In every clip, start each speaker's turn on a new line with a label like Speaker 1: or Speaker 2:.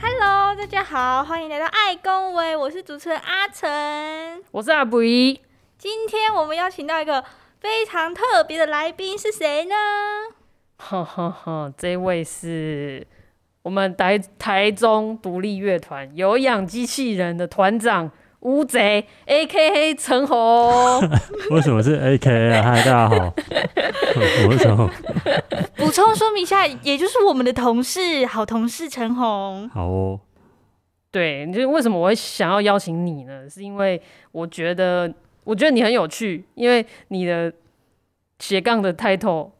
Speaker 1: Hello，大家好，欢迎来到爱公维，我是主持人阿成。
Speaker 2: 我是阿布一，
Speaker 1: 今天我们邀请到一个非常特别的来宾是谁呢？
Speaker 2: 哈哈哈，这位是我们台台中独立乐团有氧机器人的团长乌贼，A K A 陈红，
Speaker 3: 为什么是 A K A 啊？嗨，大家好， 我为什么
Speaker 1: 补充说明一下，也就是我们的同事，好同事陈红。
Speaker 3: 好哦？
Speaker 2: 对，就是为什么我会想要邀请你呢？是因为我觉得，我觉得你很有趣，因为你的斜杠的 title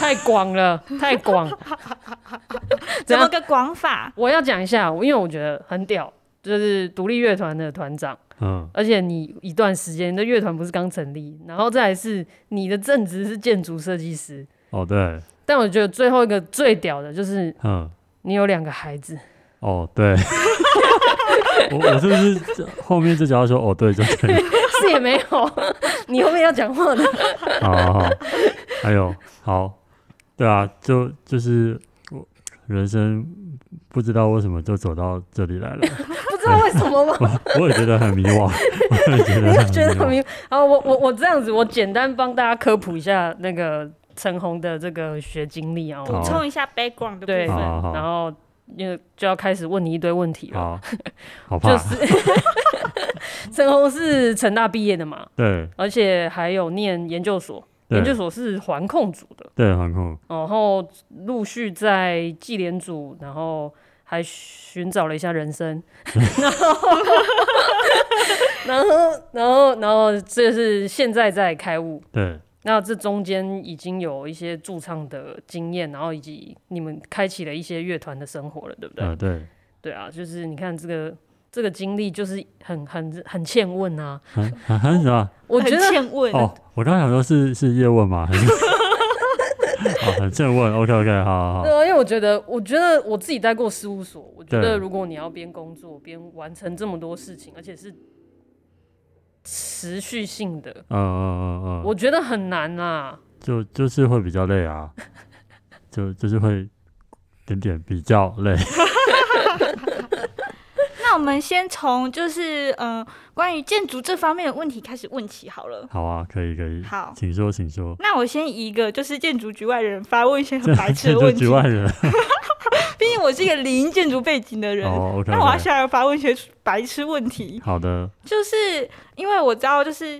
Speaker 2: 太广了，太广。
Speaker 1: 怎
Speaker 2: 怎
Speaker 1: 么
Speaker 2: 样
Speaker 1: 个广法？
Speaker 2: 我要讲一下，因为我觉得很屌，就是独立乐团的团长。
Speaker 3: 嗯，
Speaker 2: 而且你一段时间你的乐团不是刚成立，然后再来是你的正职是建筑设计师，
Speaker 3: 哦对，
Speaker 2: 但我觉得最后一个最屌的就是
Speaker 3: 嗯，
Speaker 2: 你有两个孩子，
Speaker 3: 哦对， 我我是不是后面这只要说哦对就可以？
Speaker 2: 是也没有， 你后面要讲话的，
Speaker 3: 好好好，还有好，对啊，就就是我人生不知道为什么就走到这里来了，
Speaker 2: 不知道为什么吗？
Speaker 3: 我我也觉得很迷惘，我也觉
Speaker 2: 你
Speaker 3: 得
Speaker 2: 就
Speaker 3: 很
Speaker 2: 觉得很
Speaker 3: 迷惘。
Speaker 2: 明，啊，我我我这样子，我简单帮大家科普一下那个陈红的这个学经历啊，
Speaker 1: 补
Speaker 3: 好
Speaker 1: 充一下 background 的部
Speaker 2: 对，
Speaker 1: 分。
Speaker 3: 好好
Speaker 2: 然后就就要开始问你一堆问题了，
Speaker 3: 好，好怕，
Speaker 2: 就是陈红是成大毕业的嘛，
Speaker 3: 对
Speaker 2: 而且还有念研究所，研究
Speaker 3: 对
Speaker 2: 所是环控组的，
Speaker 3: 对，很酷，
Speaker 2: 然后陆续在纪联组，然后还寻找了一下人生，然后然后然后然后这是现在在开悟。
Speaker 3: 对
Speaker 2: 那这中间已经有一些驻唱的经验，然后以及你们开启了一些乐团的生活了，对不对？
Speaker 3: 啊对，
Speaker 2: 对啊，就是你看这个这个经历，就是很很很欠问啊。
Speaker 3: 很很很什么？
Speaker 2: 我觉
Speaker 1: 很
Speaker 2: 得
Speaker 1: 欠问，
Speaker 3: 哦，我刚想说是是叶问吗？还 是哦，很正问，OK OK，好好
Speaker 2: 对
Speaker 3: 好，
Speaker 2: 啊，因为我觉得，我觉得我自己待过事务所，我觉得
Speaker 3: 对
Speaker 2: 如果你要边工作边完成这么多事情，而且是持续性的，
Speaker 3: 嗯嗯嗯嗯，
Speaker 2: 我觉得很难啊。
Speaker 3: 就就是会比较累啊，就就是会点点比较累，
Speaker 1: 那我们先从就是嗯、呃关于建筑这方面的问题开始问起好了。
Speaker 3: 好啊，可以可以，
Speaker 1: 好
Speaker 3: 请说请说，
Speaker 1: 那我先以一个就是建筑局外人发问一些很 白痴
Speaker 3: 这
Speaker 1: 的
Speaker 3: 就
Speaker 1: 问题
Speaker 3: 局，外人，
Speaker 1: 毕竟我是一个零建筑背景的人。
Speaker 3: 哦 OK，
Speaker 1: 那我要下来发问一些白痴问题，
Speaker 3: 好的，
Speaker 1: 就是因为我知道就是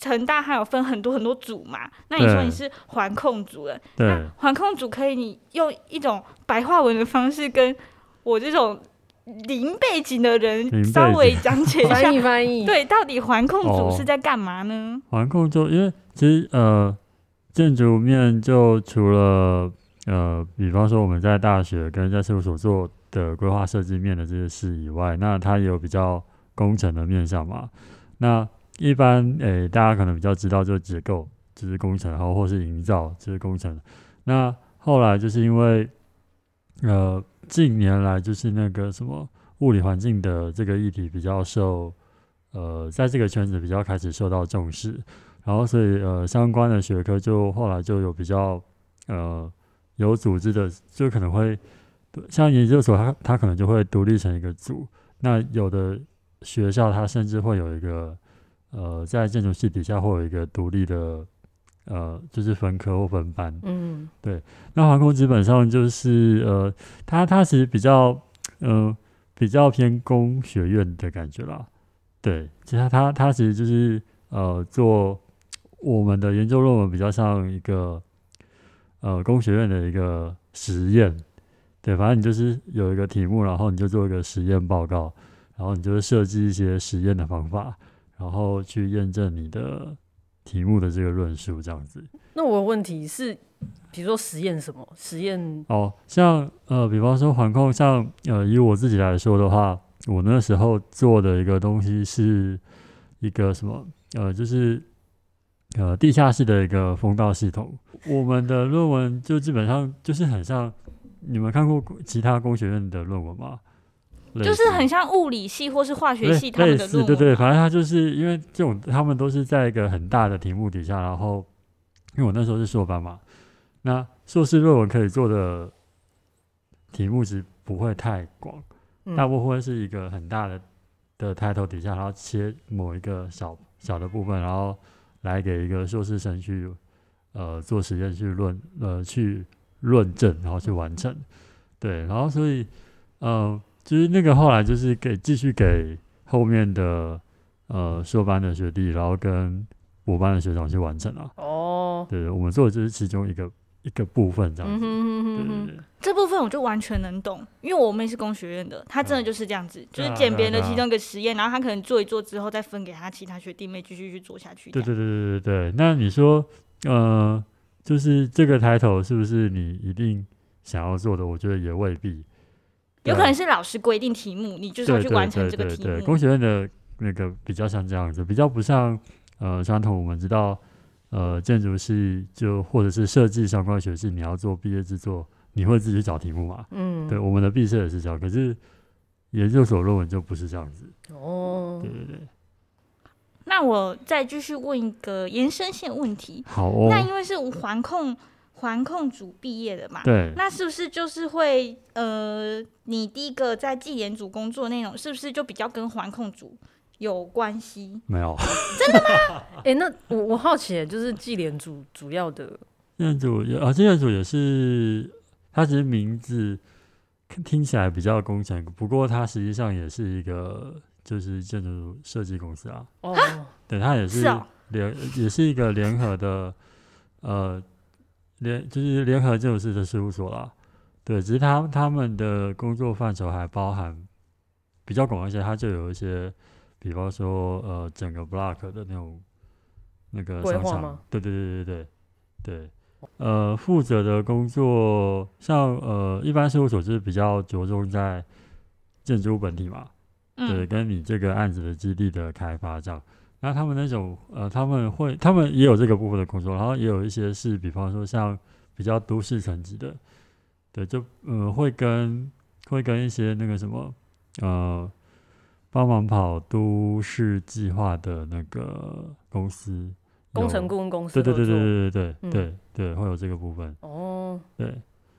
Speaker 1: 成大还有分很多很多组嘛，那你说
Speaker 3: 对
Speaker 1: 你是环控组的，
Speaker 3: 对
Speaker 1: 那，环控组可以你用一种白话文的方式跟我这种零背景的
Speaker 3: 背
Speaker 1: 人
Speaker 3: 景
Speaker 1: 稍微讲解 一下
Speaker 2: 翻译翻译，
Speaker 1: 对，到底环控组
Speaker 3: 哦
Speaker 1: 是在干嘛呢？
Speaker 3: 环控就因为其实呃，建筑面就除了呃，比方说我们在大学跟在事务所做的规划设计面的这些事以外，那它也有比较工程的面向嘛。那一般诶、大家可能比较知道就是结构，就是工程，然后或是营造，就是工程。那后来就是因为呃，近年来就是那个什么物理环境的这个议题比较受呃，在这个圈子比较开始受到重视，然后所以呃，相关的学科就后来就有比较呃有组织的，就可能会像研究所它，它可能就会独立成一个组。那有的学校，它甚至会有一个呃，在建筑系底下会有一个独立的呃，就是分科或分班。
Speaker 2: 嗯，
Speaker 3: 那航空基本上就是呃，它它其实比较呃比较偏工学院的感觉啦。对，其实它它其实就是呃做我们的研究论文比较像一个呃工学院的一个实验。对，反正你就是有一个题目，然后你就做一个实验报告，然后你就会设计一些实验的方法，然后去验证你的题目的这个论述，这样子。
Speaker 2: 那我的问题是，比如说实验什么实验，
Speaker 3: 哦，像呃，比方说环控，像呃，以我自己来说的话，我那时候做的一个东西是一个什么呃，就是呃地下室的一个风道系统。我们的论文就基本上就是很像，你们看过其他工学院的论文吗？类
Speaker 1: 就是
Speaker 3: 似
Speaker 1: 很像物理系或是化学
Speaker 3: 类
Speaker 1: 系他们
Speaker 3: 类
Speaker 1: 的
Speaker 3: 似
Speaker 1: 论
Speaker 3: 对
Speaker 1: 文。
Speaker 3: 对，反正他就是因为这种，他们都是在一个很大的题目底下，然后因为我那时候是硕班嘛，那硕士论文可以做的题目其实不会太广，
Speaker 2: 嗯
Speaker 3: 大部分是一个很大的的 title 底下，然后切某一个小小的部分，然后来给一个硕士生去呃做实验去论呃去论证，然后去完成。
Speaker 1: 嗯
Speaker 3: 对，然后所以呃，就是那个后来就是给继续给后面的呃硕班的学弟，然后跟博班的学长去完成啊。
Speaker 2: 哦，
Speaker 3: 对，我们做的就是其中一个一个部分这样
Speaker 2: 嗯
Speaker 3: 子。
Speaker 2: 哼哼
Speaker 3: 对
Speaker 2: 哼
Speaker 3: 对
Speaker 2: 哼，
Speaker 3: 对，
Speaker 1: 这部分我就完全能懂，因为我妹是工学院的，她真的
Speaker 3: 嗯
Speaker 1: 就是这样子，就
Speaker 3: 对啊
Speaker 1: 是捡别人的
Speaker 3: 对啊对啊
Speaker 1: 其中一个实验，然后她可能做一做之后再分给她其他学弟妹继续去做下去。
Speaker 3: 对对对对对对。那你说，呃，就是这个 title 是不是你一定想要做的？我觉得也未必，
Speaker 1: 这样，有
Speaker 3: 对
Speaker 1: 可能是老师规定题目，你就是要
Speaker 3: 对
Speaker 1: 去
Speaker 3: 对
Speaker 1: 完成
Speaker 3: 对
Speaker 1: 这个
Speaker 3: 对
Speaker 1: 题
Speaker 3: 对，
Speaker 1: 目
Speaker 3: 工。学院的那个比较像这样子，比较不像呃传统我们知道，呃建筑系就或者是设计相关学系，你要做毕业制作，你会自己去找题目嘛？
Speaker 2: 嗯，
Speaker 3: 对，我们的毕设也是这样，可是研究所论文就不是这样子。
Speaker 2: 哦
Speaker 3: 对，对对，
Speaker 1: 那我再继续问一个延伸性问题，
Speaker 3: 好哦
Speaker 1: 那，因为是环控环控组毕业的嘛，
Speaker 3: 对，
Speaker 1: 那是不是就是会呃，你第一个在纪研组工作内容是不是就比较跟环控组有关系？
Speaker 3: 没有。
Speaker 2: 哎、那我我好奇，就是纪联组主要的，
Speaker 3: 建筑也啊，建筑也是，它其实名字听起来比较工程，不过它实际上也是一个就是建筑设计公司啊。
Speaker 2: 哦，
Speaker 3: 对，它也
Speaker 1: 是
Speaker 3: 是
Speaker 1: 哦
Speaker 3: 联、也是一个联合的呃联就是联合建筑师的事务所啦。对，只是他他们的工作范畴还包含比较广，而且它就有一些，比方说呃整个 block 的那种那个
Speaker 2: 规
Speaker 3: 商
Speaker 2: 划
Speaker 3: 场
Speaker 2: 吗，
Speaker 3: 对对对对对对，呃负责的工作像呃一般事务所就是比较着重在建筑物本体嘛，对，
Speaker 1: 嗯，
Speaker 3: 跟你这个案子的基地的开发这样。那他们那种呃，他们会，他们也有这个部分的工作，然后也有一些是，比方说像比较都市层级的，对，就呃会跟会跟一些那个什么呃，帮忙跑都市计划的那个公司，
Speaker 2: 工
Speaker 3: 有
Speaker 2: 程顾问公司
Speaker 3: 对
Speaker 2: 合作，
Speaker 3: 对对对对对
Speaker 2: 嗯
Speaker 3: 对对对，会有这个部分，
Speaker 2: 哦，
Speaker 3: 对。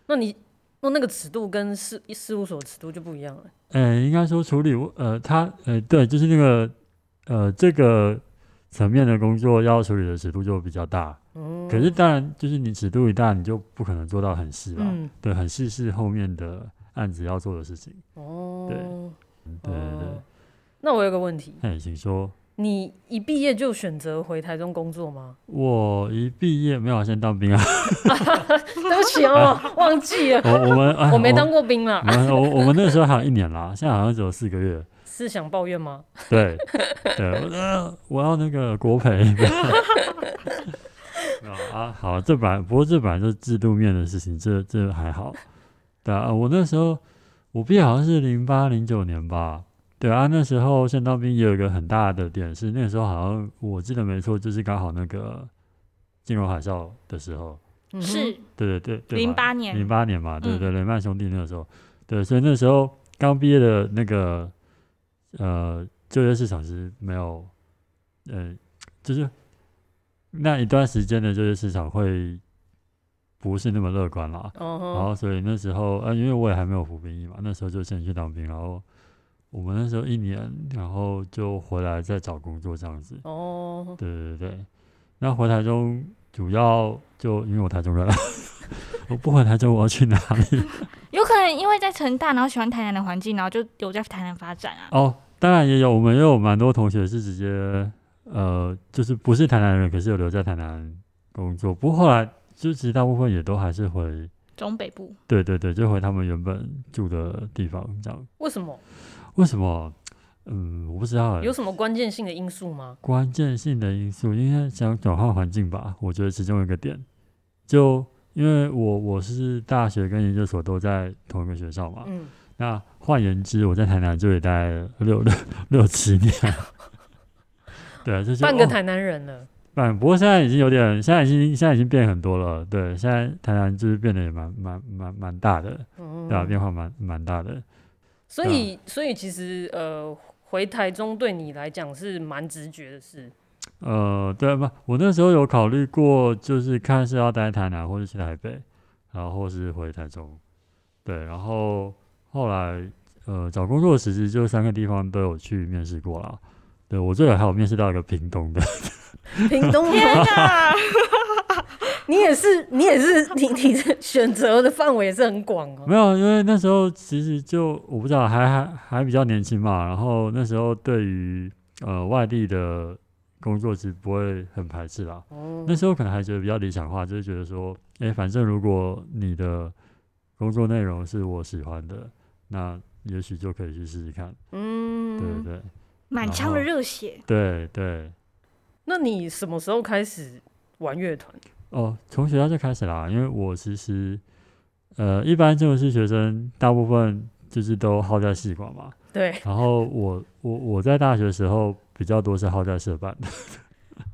Speaker 2: 那你那那个尺度跟事事务所尺度就不一样了，
Speaker 3: 呃，应该说处理问呃，他呃，对，就是那个呃，这个层面的工作要处理的尺度就比较大。
Speaker 2: 嗯，
Speaker 3: 可是当然，就是你尺度一大，你就不可能做到很细了。
Speaker 2: 嗯，
Speaker 3: 对，很细是后面的案子要做的事情。
Speaker 2: 哦，
Speaker 3: 对对对对
Speaker 2: 哦，那我有个问题，
Speaker 3: 那也请说，
Speaker 2: 你一毕业就选择回台中工作吗？
Speaker 3: 我一毕业没有先当兵啊，
Speaker 2: 对不起哦，
Speaker 3: 啊
Speaker 2: 忘记了，
Speaker 3: 我我们、哎、
Speaker 2: 我没当
Speaker 3: 过。
Speaker 2: 过啊兵啦
Speaker 3: 我，们我我们那时候还有一年啦，现在好像只有四个月。
Speaker 2: 是想抱怨吗？
Speaker 3: 对对，我呃我要那个国培。没有没有啊，好，这本来不过这本来就是制度面的事情，这这还好。对啊，我那时候我毕业好像是零八零九年吧。对啊，那时候现当兵也有一个很大的点是，那个时候好像我记得没错，就是刚好那个金融海啸的时候。
Speaker 2: 嗯哼
Speaker 1: 是
Speaker 3: 对对对对吧，
Speaker 1: 零八年，
Speaker 3: 零八年嘛，对
Speaker 1: 嗯
Speaker 3: 对，雷曼兄弟那个时候，对，所以那时候刚毕业的那个呃就业市场是没有，呃，就是那一段时间的就业市场会不是那么乐观啦。
Speaker 2: 哦
Speaker 1: 嗯
Speaker 3: 然
Speaker 2: 哼，
Speaker 3: 后所以那时候，呃，因为我也还没有服兵役嘛，那时候就先去当兵，然后我们那时候一年，然后就回来再找工作这样子。
Speaker 2: 哦，
Speaker 3: 对对对，对那回台中主要就因为我台中人啊， 我不回台中我要去哪里？
Speaker 1: 有可能因为在成大，然后喜欢台南的环境，然后就留在台南发展啊。
Speaker 3: 哦，当然也有，我们也有蛮多同学是直接呃，就是不是台南人，可是有留在台南工作。不过后来就其实大部分也都还是回，
Speaker 1: 中北部
Speaker 3: 对对对，就回他们原本住的地方这样。
Speaker 2: 为什么？
Speaker 3: 为什么？嗯，我不知道欸、
Speaker 2: 有什么关键性的因素吗？
Speaker 3: 关键性的因素，应该想转换环境吧，我觉得其中一个点，就因为我我是大学跟研究所都在同一个学校嘛，
Speaker 2: 嗯，
Speaker 3: 那换言之，我在台南就也待了六六六七年， 对，就是哦
Speaker 2: 半个台南人了，
Speaker 3: 半，不过现在已经有点，现在已经现在已经变很多了，对，现在台南就是变得也蛮蛮蛮蛮大的，
Speaker 2: 嗯
Speaker 3: 对啊吧、变化蛮蛮大的，
Speaker 2: 所以，所以其实呃，回台中对你来讲是蛮直觉的事。
Speaker 3: 呃，对吧？我那时候有考虑过，就是看是要待台南，或者去台北，然后或是回台中。对，然后后来呃找工作，其实就三个地方都有去面试过啦。对我最后还有面试到一个屏东的，
Speaker 2: 屏东
Speaker 1: 天
Speaker 2: 人，
Speaker 1: 哪！
Speaker 2: 你也是，你也是，你你的选择的范围也是很广哦。
Speaker 3: 没有，因为那时候其实就我不知道，还还还比较年轻嘛，然后那时候对于呃外地的工作其实不会很排斥啦。
Speaker 2: 哦
Speaker 3: 那时候可能还觉得比较理想化，就是觉得说，哎、反正如果你的工作内容是我喜欢的，那也许就可以去试试看。对对
Speaker 2: 嗯，
Speaker 3: 对
Speaker 1: 满腔的热血，
Speaker 3: 对对，
Speaker 2: 那你什么时候开始玩乐 团？
Speaker 3: 哦，从学校就开始啦，因为我其实呃，一般这种是学生，大部分就是都耗在系馆嘛。
Speaker 2: 对，
Speaker 3: 然后我我我在大学时候比较多是耗在社办，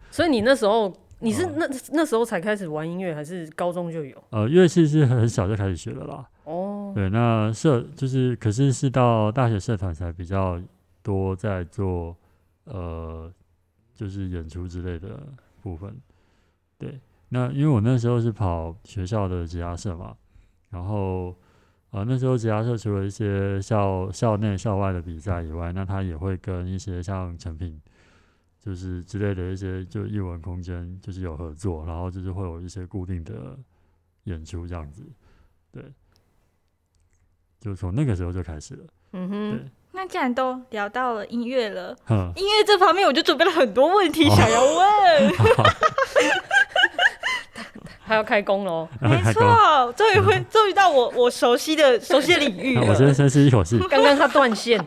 Speaker 2: 所以你那时候你是
Speaker 3: 哦
Speaker 2: 那那时候才开始玩音乐，还是高中就有？
Speaker 3: 呃，乐器是很小就开始学的啦。
Speaker 2: 哦，
Speaker 3: 对，那社就是，可是是到大学社团才比较多在做，呃，就是演出之类的部分。对，那因为我那时候是跑学校的吉他社嘛，然后啊、呃那时候吉他社除了一些校校内校外的比赛以外，那他也会跟一些像成品。就是之类的一些，就艺文空间就是有合作，然后就是会有一些固定的演出这样子。就从那个时候就开始了。
Speaker 2: 嗯哼
Speaker 3: 对，
Speaker 1: 那既然都聊到了音乐了，
Speaker 3: 哼，
Speaker 1: 音乐这方面我就准备了很多问题想要问。
Speaker 2: 还要开工哦喽。
Speaker 1: 没错，终于会，终于到我我熟悉的熟悉的领域
Speaker 3: 那我先
Speaker 1: 了。
Speaker 3: 深吸一口气。
Speaker 2: 刚刚他断 线，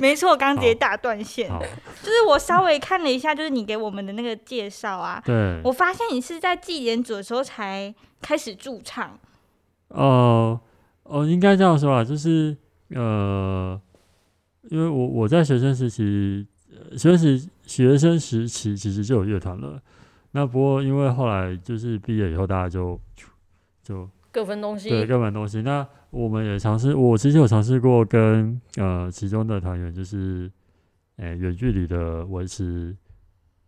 Speaker 1: 没错，刚刚直接大断线。
Speaker 3: 好，
Speaker 1: 就是我稍微看了一下，就是你给我们的那个介绍啊，
Speaker 3: 对，
Speaker 1: 我发现你是在纪联组的时候才开始驻唱。
Speaker 3: 哦哦，应该这样说啊，就是呃，因为我我在学生时期，呃学生时学生时期其实就有乐团了。那不过因为后来就是毕业以后，大家就就
Speaker 2: 各分东西。
Speaker 3: 对，各门东西。那我们也尝试，我其实有尝试过跟呃其中的团员，就是诶远、距离的维持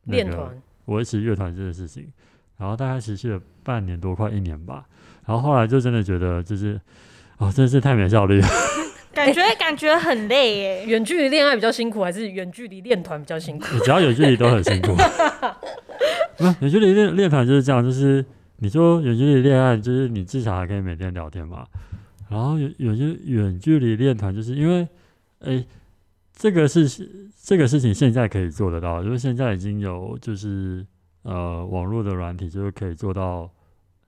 Speaker 3: 那
Speaker 2: 练
Speaker 3: 个
Speaker 2: 团，
Speaker 3: 维持乐团这件事情，然后大概持续了半年多，快一年吧。然后后来就真的觉得就是，哦，真的是太没效率了。
Speaker 1: 感觉、感觉很累耶、
Speaker 2: 远距离恋爱比较辛苦，还是远距离练团比较辛 苦？
Speaker 3: 只要有距离都很辛苦。那远距离恋恋团就是这样，就是你说远距离恋爱，就是你至少还可以每天聊天嘛。然后远远距远距离恋团，就是因为，诶，这个是这个事情现在可以做得到，就是现在已经有就是呃网络的软体，就是可以做到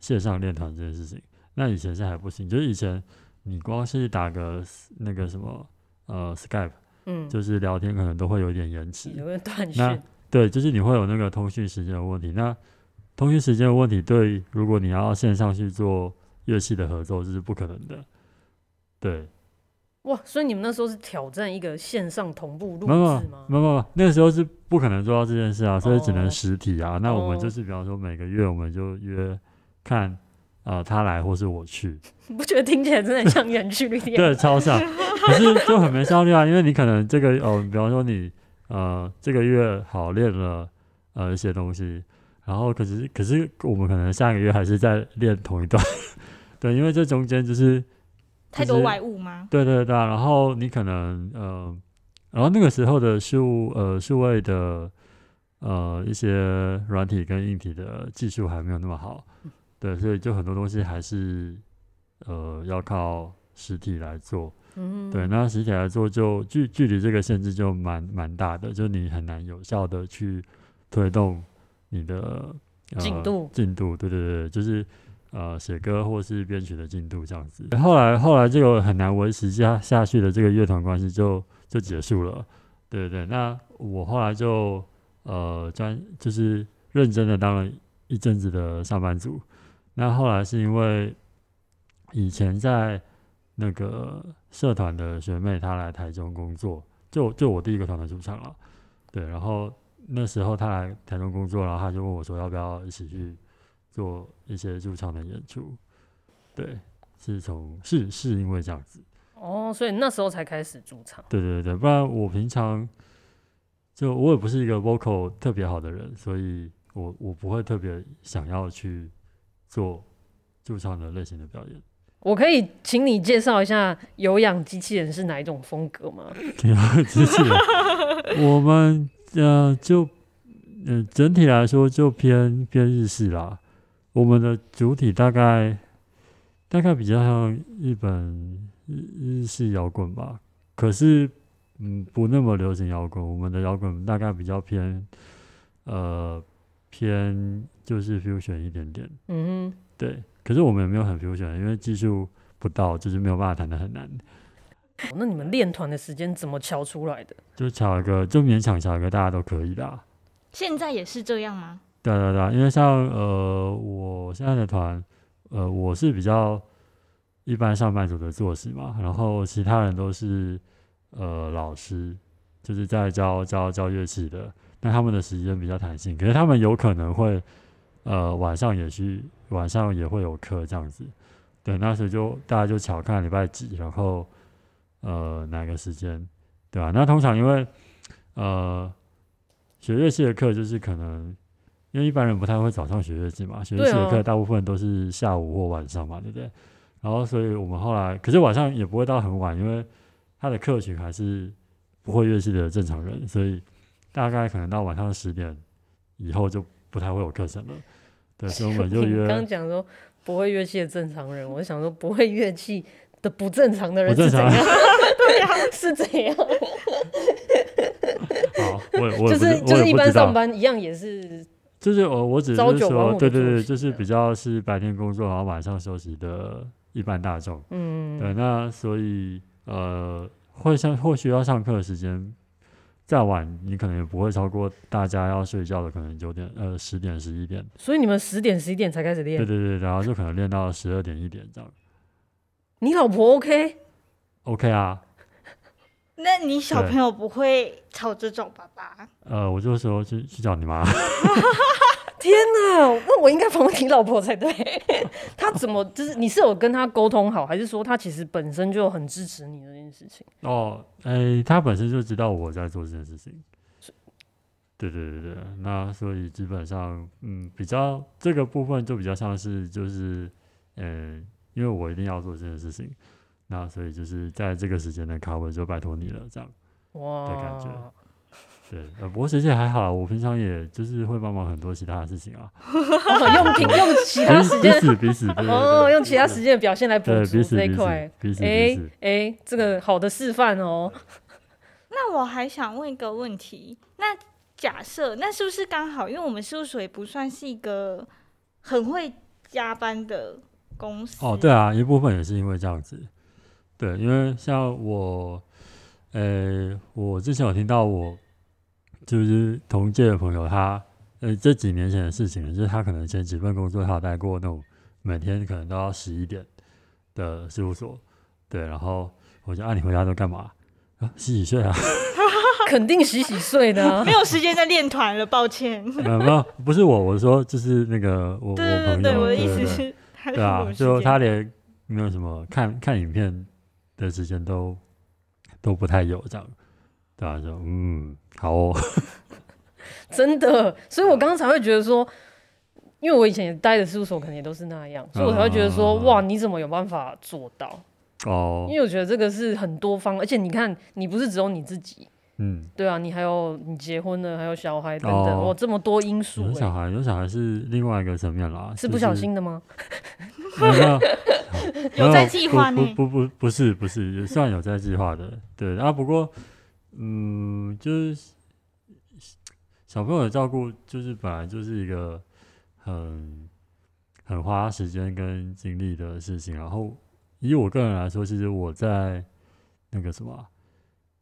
Speaker 3: 线上练团这件事情。那以前是还不行，就是以前你光是打个那个什么呃 Skype，
Speaker 2: 嗯，
Speaker 3: 就是聊天可能都会有一点延迟。
Speaker 2: 有没有断
Speaker 3: 那
Speaker 2: 线？
Speaker 3: 对，就是你会有那个通讯时间的问题。那通讯时间的问题，对，如果你要线上去做乐器的合奏，这是不可能的。对，
Speaker 2: 哇，所以你们那时候是挑战一个线上同步录
Speaker 3: 没有
Speaker 2: 制吗？
Speaker 3: 没有没有，那个时候是不可能做到这件事啊，所以只
Speaker 2: 哦
Speaker 3: 能实体啊。那我们
Speaker 2: 哦
Speaker 3: 就是比方说每个月我们就约看，呃，他来或是我去，
Speaker 2: 你不觉得听起来真的很像远距离恋爱？
Speaker 3: 对，超像。可是就很没效率啊，因为你可能这个哦，比方说你呃这个月好练了呃一些东西，然后可是可是我们可能下个月还是在练同一段， 对，因为这中间就是
Speaker 1: 太多外物吗？
Speaker 3: 对对对啊、然后你可能呃，然后那个时候的数呃数位的呃一些软体跟硬体的技术还没有那么好，对，所以就很多东西还是呃要靠实体来做。
Speaker 2: 嗯，
Speaker 3: 对，那实体来做就距距离这个限制就蛮蛮大的，就你很难有效的去推动你的、呃、
Speaker 2: 进度
Speaker 3: 进度，对对对，就是呃写歌或是编曲的进度这样子。后来后来这个很难维持下下去的这个乐团关系就就结束了，对对对。那我后来就呃专就是认真的当了一阵子的上班族，那后来是因为以前在那个社团的学妹她来台中工作，就就我第一个团的主唱了。对，然后那时候她来台中工作，然后她就问我说要不要一起去做一些驻唱的演出。对，是从是是因为这样子。
Speaker 2: 哦，所以那时候才开始驻唱。
Speaker 3: 对对对，不然我平常就我也不是一个 vocal 特别好的人，所以我我不会特别想要去做驻唱的类型的表演。
Speaker 2: 我可以请你介绍一下有氧机器人是哪一种风格吗？
Speaker 3: 挺好机器人。我们呃就呃整体来说就偏偏日系啦。我们的主体大概大概比较像日本日日系摇滚吧，可是嗯不那么流行摇滚。我们的摇滚大概比较偏呃偏就是 fusion 一点点，
Speaker 2: 嗯
Speaker 3: 对。可是我们也没有很 fusion，因为技术不到，就是没有办法弹得很难。
Speaker 2: 哼，哦那你们练团的时间怎么敲出来的？
Speaker 3: 就巧一个，就勉强巧一个，大家都可以啦。
Speaker 1: 现在也是这样吗？
Speaker 3: 对啊对对，因为像呃，我现在的团，呃，我是比较一般上班族的作息嘛，然后其他人都是呃老师，就是在教教教乐器的，那他们的时间比较弹性，可是他们有可能会呃晚上也去，晚上也会有课这样子，对，那时候就大家就巧看礼拜几，然后呃哪个时间，对吧、那通常因为呃学乐器的课就是可能。因为一般人不太会早上学乐器嘛，学乐器
Speaker 2: 对
Speaker 3: 的
Speaker 2: 啊
Speaker 3: 课大部分都是下午或晚上嘛，对不对？然后，所以我们后来，可是晚上也不会到很晚，因为他的客群还是不会乐器的正常人，所以大概可能到晚上十点以后就不太会有课程了。对，所以我 们就
Speaker 2: 哎你
Speaker 3: 约
Speaker 2: 刚刚讲说不会乐器的正常人，我就想说不会乐器的不正常的人
Speaker 3: 不
Speaker 2: 是
Speaker 3: 正
Speaker 2: 怎
Speaker 3: 常
Speaker 2: 样？ 是怎样？
Speaker 3: 好，我也我也
Speaker 2: 就
Speaker 3: 不知
Speaker 2: 是
Speaker 3: 我
Speaker 2: 就
Speaker 3: 也
Speaker 2: 是一
Speaker 3: 不
Speaker 2: 般
Speaker 3: 知
Speaker 2: 上
Speaker 3: 道，
Speaker 2: 班一样也是
Speaker 3: 就是我我只是
Speaker 2: 朝九晚五
Speaker 3: 说，
Speaker 2: 的
Speaker 3: 对对
Speaker 2: 作
Speaker 3: 对，
Speaker 2: 息嗯
Speaker 3: 就是
Speaker 2: 这
Speaker 3: 比较是白天工作，然后晚上休息的一般大众。
Speaker 2: 嗯
Speaker 3: 对，那所以呃，会上或许要上课的时间再晚，你可能也不会超过大家要睡觉的，可能九点呃十点十一点，
Speaker 2: 所以你们十点十一点才开始
Speaker 3: 对
Speaker 2: 练，
Speaker 3: 对对，然后就可能练到十二点一点这样。
Speaker 2: 你老婆 OK？
Speaker 3: OK 啊，
Speaker 1: 那你小
Speaker 3: 对
Speaker 1: 朋友不会吵着找爸爸？
Speaker 3: 呃，我就说去去找你妈，
Speaker 2: 天哪，那我应该访问你老婆才对。 她怎么就是你是有跟她沟通好，还是说她其实本身就很支持你这件事情？
Speaker 3: 哦，哎，他本身就知道我在做这件事情。对对对对，那所以基本上，嗯，比较这个部分就比较像是就是，嗯，因为我一定要做这件事情，那所以就是在这个时间的 cover 就拜托你了，这样。
Speaker 2: 哇，
Speaker 3: 的感觉对，呃，不过其实也还好啦，我平常也就是会帮忙很多其他的事情啊，
Speaker 2: 哦用平用其他
Speaker 3: 彼
Speaker 2: 时
Speaker 3: 此彼
Speaker 2: 间
Speaker 3: 此彼此，对对对
Speaker 2: 哦，用其他时间的表现来 补
Speaker 3: 对
Speaker 2: 足
Speaker 3: 彼此
Speaker 2: 这
Speaker 3: 彼
Speaker 2: 一
Speaker 3: 此
Speaker 2: 块。
Speaker 3: 彼此彼
Speaker 2: 哎
Speaker 3: 此，
Speaker 2: 哎，这个好的示范哦。
Speaker 1: 那我还想问一个问题，那假设那是不是刚好，因为我们事务所也不算是一个很会加班的公司
Speaker 3: 哦，对，啊，一部分也是因为这样子。对，因为像我，呃，我之前有听到我就是同届的朋友他，呃，这几年前的事情了，就是他可能前几份工作他有待过那种每天可能都要十一点的事务所。对，然后我就啊，你回家都干嘛？啊，洗洗睡啊。
Speaker 2: 肯定洗洗睡的、啊
Speaker 1: 没。有时间再练团了，抱 歉。
Speaker 3: 没有没有，不是我，我说就是那个我我朋
Speaker 1: 对
Speaker 3: 友，
Speaker 1: 对对，我的意
Speaker 3: 对
Speaker 1: 思
Speaker 3: 对
Speaker 1: 是，还是
Speaker 3: 对啊，
Speaker 1: 有时
Speaker 3: 就
Speaker 1: 间
Speaker 3: 他连没有什么看看影片的时间都都不太有这样，对啊，就嗯，好哦，
Speaker 2: 真的，所以我刚刚才会觉得说，因为我以前也待的事务所可能也都是那样，所以我才会觉得说，
Speaker 3: 嗯
Speaker 2: 哇，你怎么有办法做到？因
Speaker 3: 哦，
Speaker 2: 为我觉得这个是很多方，而且你看，你不是只有你自己，
Speaker 3: 嗯，
Speaker 2: 对啊，你还有你结婚了，还有小孩等等，
Speaker 3: 哦
Speaker 2: 哇，这么多因素、
Speaker 3: 有
Speaker 2: 欸，
Speaker 3: 小孩，有小孩是另外一个层面啦，
Speaker 2: 是
Speaker 3: 就
Speaker 2: 不小心的吗？
Speaker 3: 没有没有没
Speaker 1: 在计划
Speaker 3: 嗯不
Speaker 1: 内
Speaker 3: 不不不不是不是，也算有在计划的，对啊，不过嗯，就是小朋友的照顾，就是本来就是一个很很花时间跟精力的事情，然后以我个人来说，其实我在那个什么啊，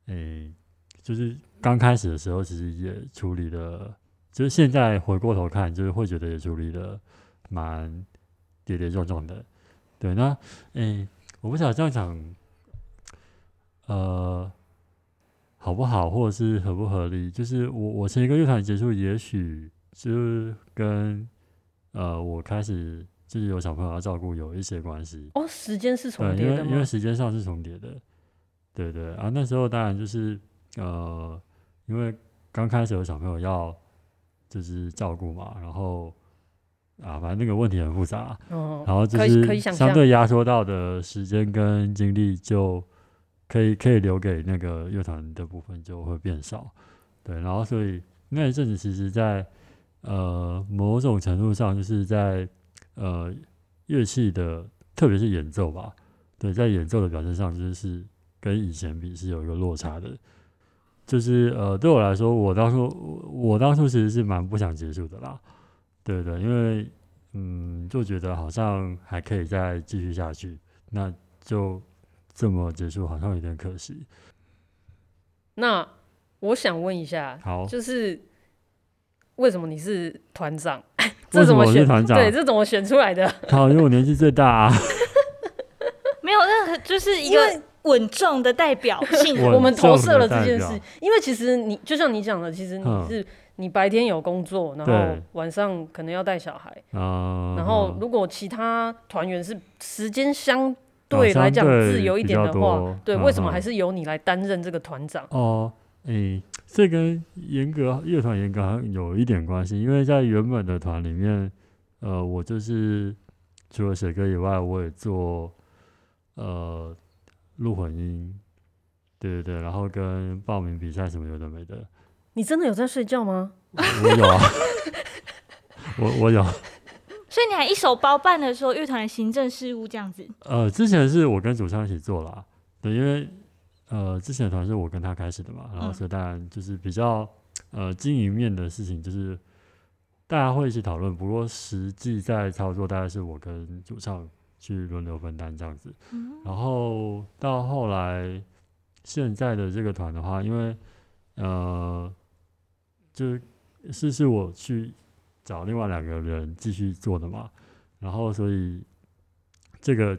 Speaker 3: 诶、就是刚开始的时候，其实也处理的，就是现在回过头看，就是会觉得也处理的蛮跌跌撞撞的。对，那诶、我不晓得这样讲，呃，好不好，或者是合不合理？就是我我前一个乐团结束，也许就是跟呃我开始就是有小朋友要照顾有一些关系。
Speaker 2: 哦，时间是重
Speaker 3: 对，
Speaker 2: 叠
Speaker 3: 因
Speaker 2: 的
Speaker 3: 为因为
Speaker 2: 吗？
Speaker 3: 时间上是重叠的，对对啊，那时候当然就是呃，因为刚开始有小朋友要就是照顾嘛，然后啊，反正那个问题很复杂啊、
Speaker 2: 哦，
Speaker 3: 然后就
Speaker 2: 可以可
Speaker 3: 是
Speaker 2: 以想
Speaker 3: 相
Speaker 2: 象，
Speaker 3: 对压缩到的时间跟精力，就可以可以留给那个乐团的部分就会变少。对，然后所以那一阵子其实在，呃某种程度上，就是在呃乐器的，特别是演奏吧，对，在演奏的表现上，就是跟以前比是有一个落差的。就是呃，对我来说，我当初我我当初其实是蛮不想结束的啦，对对，因为嗯，就觉得好像还可以再继续下去，那就这么结束，好像有点可惜。
Speaker 2: 那我想问一下，
Speaker 3: 好，
Speaker 2: 就是为什么你是团长？
Speaker 3: 为
Speaker 2: 这
Speaker 3: 什
Speaker 2: 怎
Speaker 3: 么
Speaker 2: 么
Speaker 3: 我是
Speaker 2: 选？
Speaker 3: 团长？
Speaker 2: 对，这怎么选出来的？
Speaker 3: 好，因为我年纪最大、啊，
Speaker 1: 没有任何就是一
Speaker 2: 因为
Speaker 1: 个稳重的代表性。
Speaker 3: 我
Speaker 2: 我们投射了这件
Speaker 3: 这么代
Speaker 2: 事
Speaker 3: 表，
Speaker 2: 因为其实你就像你讲的，其实你
Speaker 3: 嗯
Speaker 2: 是你白天有工作，然后
Speaker 3: 对
Speaker 2: 晚上可能要带小孩，
Speaker 3: 嗯，
Speaker 2: 然后如果其他团员是时间相对来讲
Speaker 3: 哦啊相对
Speaker 2: 自由一点的
Speaker 3: 比较
Speaker 2: 话
Speaker 3: 多，
Speaker 2: 对，
Speaker 3: 嗯
Speaker 2: 为什么
Speaker 3: 嗯
Speaker 2: 还是由你来担任这个团长？
Speaker 3: 哦，诶、这跟严格乐团严格好像有一点关系，因为在原本的团里面，呃，我就是除了写歌以外，我也做呃录混音，对对对，然后跟报名比赛什么有的没的，
Speaker 2: 你真的有在睡觉吗？
Speaker 3: 我有啊， 我我有，
Speaker 1: 所以你还一手包办的说乐团的行政事务这样子，
Speaker 3: 呃，之前是我跟主唱一起做啦，对，因为呃，之前的团是我跟他开始的嘛，然后
Speaker 1: 嗯
Speaker 3: 所以当然就是比较呃经营面的事情，就是大家会一起讨论，不过实际在操作大概是我跟主唱去轮流分担这样子。然后到后来现在的这个团的话，因为呃，就是是我去找另外两个人继续做的嘛，然后所以这个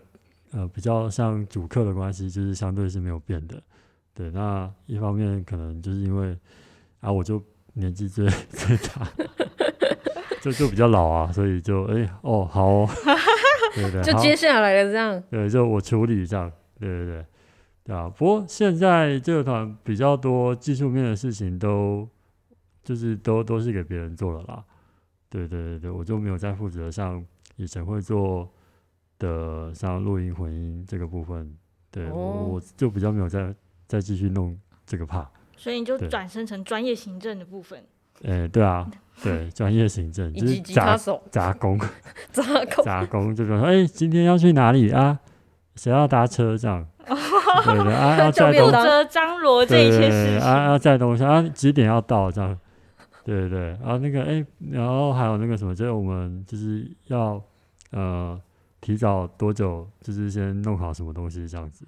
Speaker 3: 呃比较像主客的关系，就是相对是没有变的。对，那一方面可能就是因为啊，我就年纪最 最 大，就就比较老啊，所以就哎、哦好 哦，对对，
Speaker 2: 就
Speaker 3: 好
Speaker 2: 接下来的这样，
Speaker 3: 对，就我处理这样，对对对，对啊。不过现在这个团比较多技术面的事情都，就是都都是给别人做了啦。对对对对，我就没有再负责像以前会做的，像录音混音这个部分，对、
Speaker 2: 哦
Speaker 3: 我我就比较没有再再继续弄这个 part。
Speaker 1: 所以你就
Speaker 3: 对
Speaker 1: 转身成专业行政的部分。
Speaker 3: 哎，对啊，对，专业 行政
Speaker 2: 以
Speaker 3: 就是
Speaker 2: 及吉他
Speaker 3: 杂
Speaker 2: 手
Speaker 3: 杂工。
Speaker 2: 扎 扣，
Speaker 3: 打工，就比如说，哎、今天要去哪里啊？谁要搭车这样？ 对对啊，要
Speaker 2: 教
Speaker 3: 载
Speaker 2: 练
Speaker 1: 负
Speaker 2: 当
Speaker 3: 东
Speaker 1: 责张罗这
Speaker 3: 对
Speaker 1: 一
Speaker 3: 对
Speaker 1: 些
Speaker 3: 对
Speaker 1: 事
Speaker 3: 啊，
Speaker 1: 情，
Speaker 3: 要载东西啊，几点要到这样？对对对，然、后那个哎、然后还有那个什么，就是我们就是要呃提早多久，就是先弄好什么东西这样子。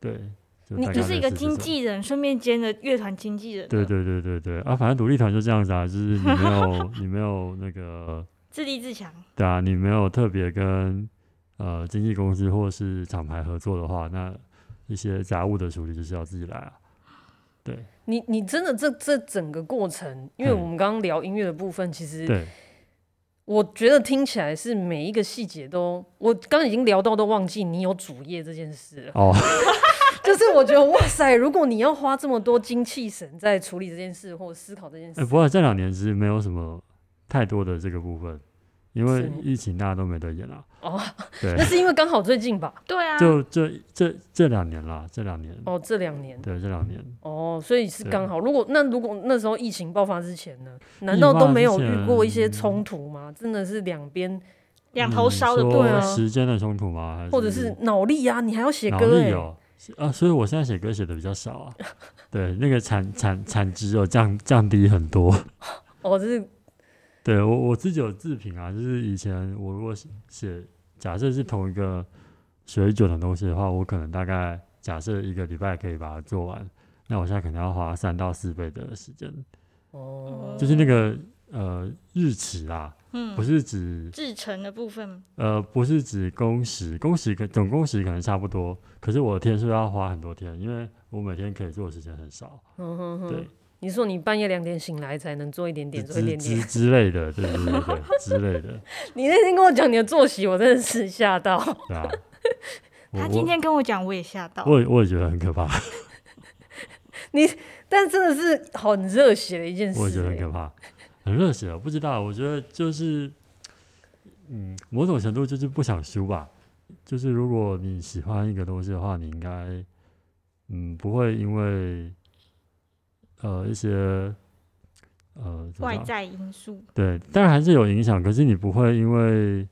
Speaker 3: 对，就
Speaker 1: 你
Speaker 3: 大概
Speaker 1: 就是一
Speaker 3: 类
Speaker 1: 个
Speaker 3: 似
Speaker 1: 经
Speaker 3: 这种
Speaker 1: 纪人，顺便兼了乐团经纪人，
Speaker 3: 对，对对对对啊，反正独立团就这样子啊，就是你没有 你没有那个
Speaker 1: 自立自强。
Speaker 3: 对啊，你没有特别跟呃经纪公司或是厂牌合作的话，那一些杂物的处理就是要自己来啊。
Speaker 2: 你你真的这这整个过程，因为
Speaker 3: 嗯
Speaker 2: 我们刚刚聊音乐的部分，其实
Speaker 3: 对，
Speaker 2: 我觉得听起来是每一个细节都，我刚刚已经聊到都忘记你有主业这件事了。
Speaker 3: 哦，
Speaker 2: 就是我觉得哇塞，如果你要花这么多精气神在处理这件事或思考这件事，
Speaker 3: 哎，不过这两年其实没有什么太多的这个部分，因为
Speaker 2: 是
Speaker 3: 疫情大家都没得演啊。
Speaker 2: 哦，
Speaker 3: 对
Speaker 2: 那，是因为刚好最近吧？
Speaker 1: 对啊，
Speaker 3: 就这这这两年啦，这两年，
Speaker 2: 哦，这两年
Speaker 3: 对，这两年。
Speaker 2: 哦，所以是
Speaker 3: 对
Speaker 2: 刚好。如果那如果那时候疫情爆发之前呢，难道都没有遇过一
Speaker 3: 嗯
Speaker 2: 些冲突吗？真的是两边
Speaker 1: 两头烧的
Speaker 3: 你
Speaker 1: 部
Speaker 3: 嗯说
Speaker 2: 对
Speaker 1: 分
Speaker 2: 啊
Speaker 3: 时间的冲突吗？还
Speaker 2: 或者是脑力啊，你还要写
Speaker 3: 脑
Speaker 2: 歌哎、
Speaker 3: 力有啊，所以我现在写歌写的比较少 啊。对，那个产产产值有降降低很多。
Speaker 2: 哦，这是
Speaker 3: 对我我自己有自评啊，就是以前我如果写写假设是同一个水准的东西的话，我可能大概假设一个礼拜可以把它做完，那我现在可能要花三到四倍的时间，
Speaker 2: 哦，
Speaker 3: 就是那个呃日期啦，
Speaker 1: 嗯
Speaker 3: 不，是指
Speaker 1: 制成的部分，
Speaker 3: 呃不是指工时，工时可总工时可能差不多，可是我的天数要花很多天，因为我每天可以做的时间很少，
Speaker 2: 嗯哼哼
Speaker 3: 对，
Speaker 2: 你说你半夜两点醒来才能做一点点，做一
Speaker 3: 之
Speaker 2: 点
Speaker 3: 之
Speaker 2: 点。
Speaker 3: 之类的，对对对对之类的，
Speaker 2: 你那天跟我讲你的作息，我真的是吓到。
Speaker 3: 对啊。我
Speaker 1: 他
Speaker 3: 我
Speaker 1: 今天跟我讲，我也吓到。
Speaker 3: 我也我也觉得很可怕，
Speaker 2: 但真的是很热血的一件事、
Speaker 3: 我也觉得很
Speaker 2: 欸
Speaker 3: 可怕，很热血啊。不知道，我觉得就是嗯，某种程度就是不想输吧。就是如果你喜欢一个东西的话，你应该嗯不会因为呃一些呃怎么
Speaker 1: 外
Speaker 3: 讲
Speaker 1: 在因素，
Speaker 3: 对，当然还是有影响，可是你不会因为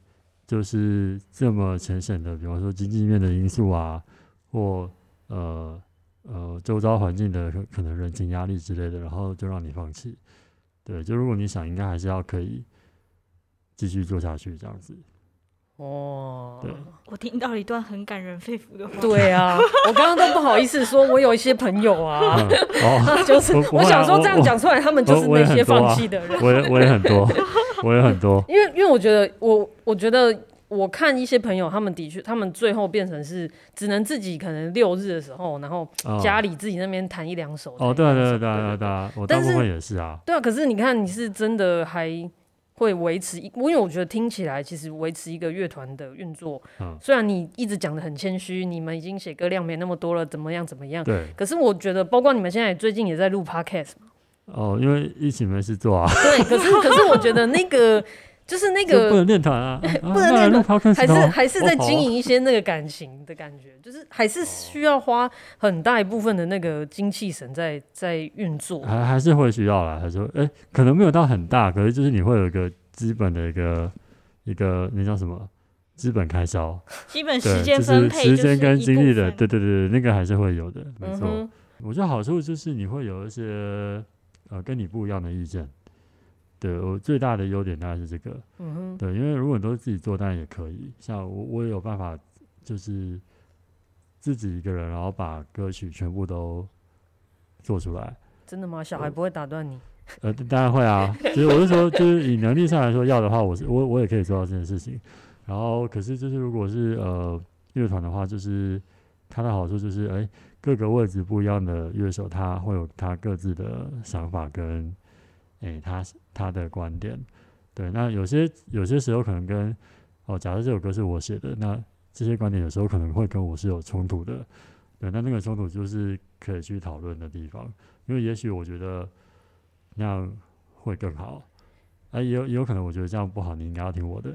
Speaker 3: 就是这么浅显的，比方说经济面的因素啊，或呃呃周遭环境的可可能人情压力之类的，然后就让你放弃。对，就如果你想，应该还是要可以继续做下去这样子。
Speaker 2: 哦，
Speaker 3: 对
Speaker 1: 我听到了一段很感人肺腑的话。
Speaker 2: 对 啊，我刚刚都不好意思说，我有一些朋友啊，
Speaker 3: 嗯、哦，
Speaker 2: 就是
Speaker 3: 我不
Speaker 2: 我
Speaker 3: 会啊
Speaker 2: 想说这样
Speaker 3: 我
Speaker 2: 讲出来，他们就是
Speaker 3: 我我
Speaker 2: 那
Speaker 3: 也
Speaker 2: 些
Speaker 3: 很多
Speaker 2: 放
Speaker 3: 啊
Speaker 2: 弃的人。
Speaker 3: 我也我也很多，我也很多。
Speaker 2: 因为因为我觉得我我觉得我看一些朋友，他们的确，他们最后变成是只能自己可能六日的时候，然后
Speaker 3: 嗯
Speaker 2: 家里自己那边弹一两首。
Speaker 3: 哦，对
Speaker 2: 弹
Speaker 3: 啊
Speaker 2: 一两首
Speaker 3: 对啊对啊对啊对啊，我大
Speaker 2: 但
Speaker 3: 部
Speaker 2: 是
Speaker 3: 分也是啊。
Speaker 2: 对啊，可是你看，你是真的还会维持一，因为我觉得听起来其实维持一个乐团的运作，
Speaker 3: 嗯
Speaker 2: 虽然你一直讲的很谦虚，你们已经写歌量没那么多了，怎么样怎么样，
Speaker 3: 对，
Speaker 2: 可是我觉得，包括你们现在也最近也在录 podcast 嘛，
Speaker 3: 哦，因为疫情没事做啊，
Speaker 2: 对，可是可是我觉得那个就是那
Speaker 3: 就不哦
Speaker 2: 个
Speaker 3: 能练 团啊，
Speaker 2: 不能练团
Speaker 3: 团
Speaker 2: 还是还是在经营一些那个感情的感觉，就是还是需要花很大一部分的那个精气神在在运作。
Speaker 3: 还还是会需要啦。还是哎、诶可能没有到很大，可是就是你会有一个基本的一个一个那叫什么基本开销，
Speaker 1: 基本
Speaker 3: 对，
Speaker 1: 时间
Speaker 3: 就
Speaker 1: 分
Speaker 3: 是
Speaker 1: 配就
Speaker 3: 时间跟
Speaker 1: 一
Speaker 3: 精力
Speaker 1: 部
Speaker 3: 的，
Speaker 1: 分
Speaker 3: 对对对，那个还是会有的，没
Speaker 2: 嗯
Speaker 3: 错。
Speaker 2: 哼，
Speaker 3: 我觉得好处就是你会有一些呃跟你不一样的意见。对我最大的优点大概是这个，
Speaker 2: 嗯哼，
Speaker 3: 对，因为如果你都是自己做，当然也可以。像我，我也有办法，就是自己一个人，然后把歌曲全部都做出来。
Speaker 2: 真的吗？小孩不会打断你？
Speaker 3: 呃，当然会啊。其实我是说，就是以能力上来说，要的话，我是我我也可以做到这件事情。然后，可是就是如果是呃乐团的话，就是它的好处就是，哎，各个位置不一样的乐手，他会有他各自的想法跟，哎，他他的观点。对，那有些有些时候可能跟哦，假设这首歌是我写的，那这些观点有时候可能会跟我是有冲突的。对，那那个冲突就是可以去讨论的地方，因为也许我觉得。那样会更好。啊，也有也有可能，我觉得这样不好，你应该要听我的，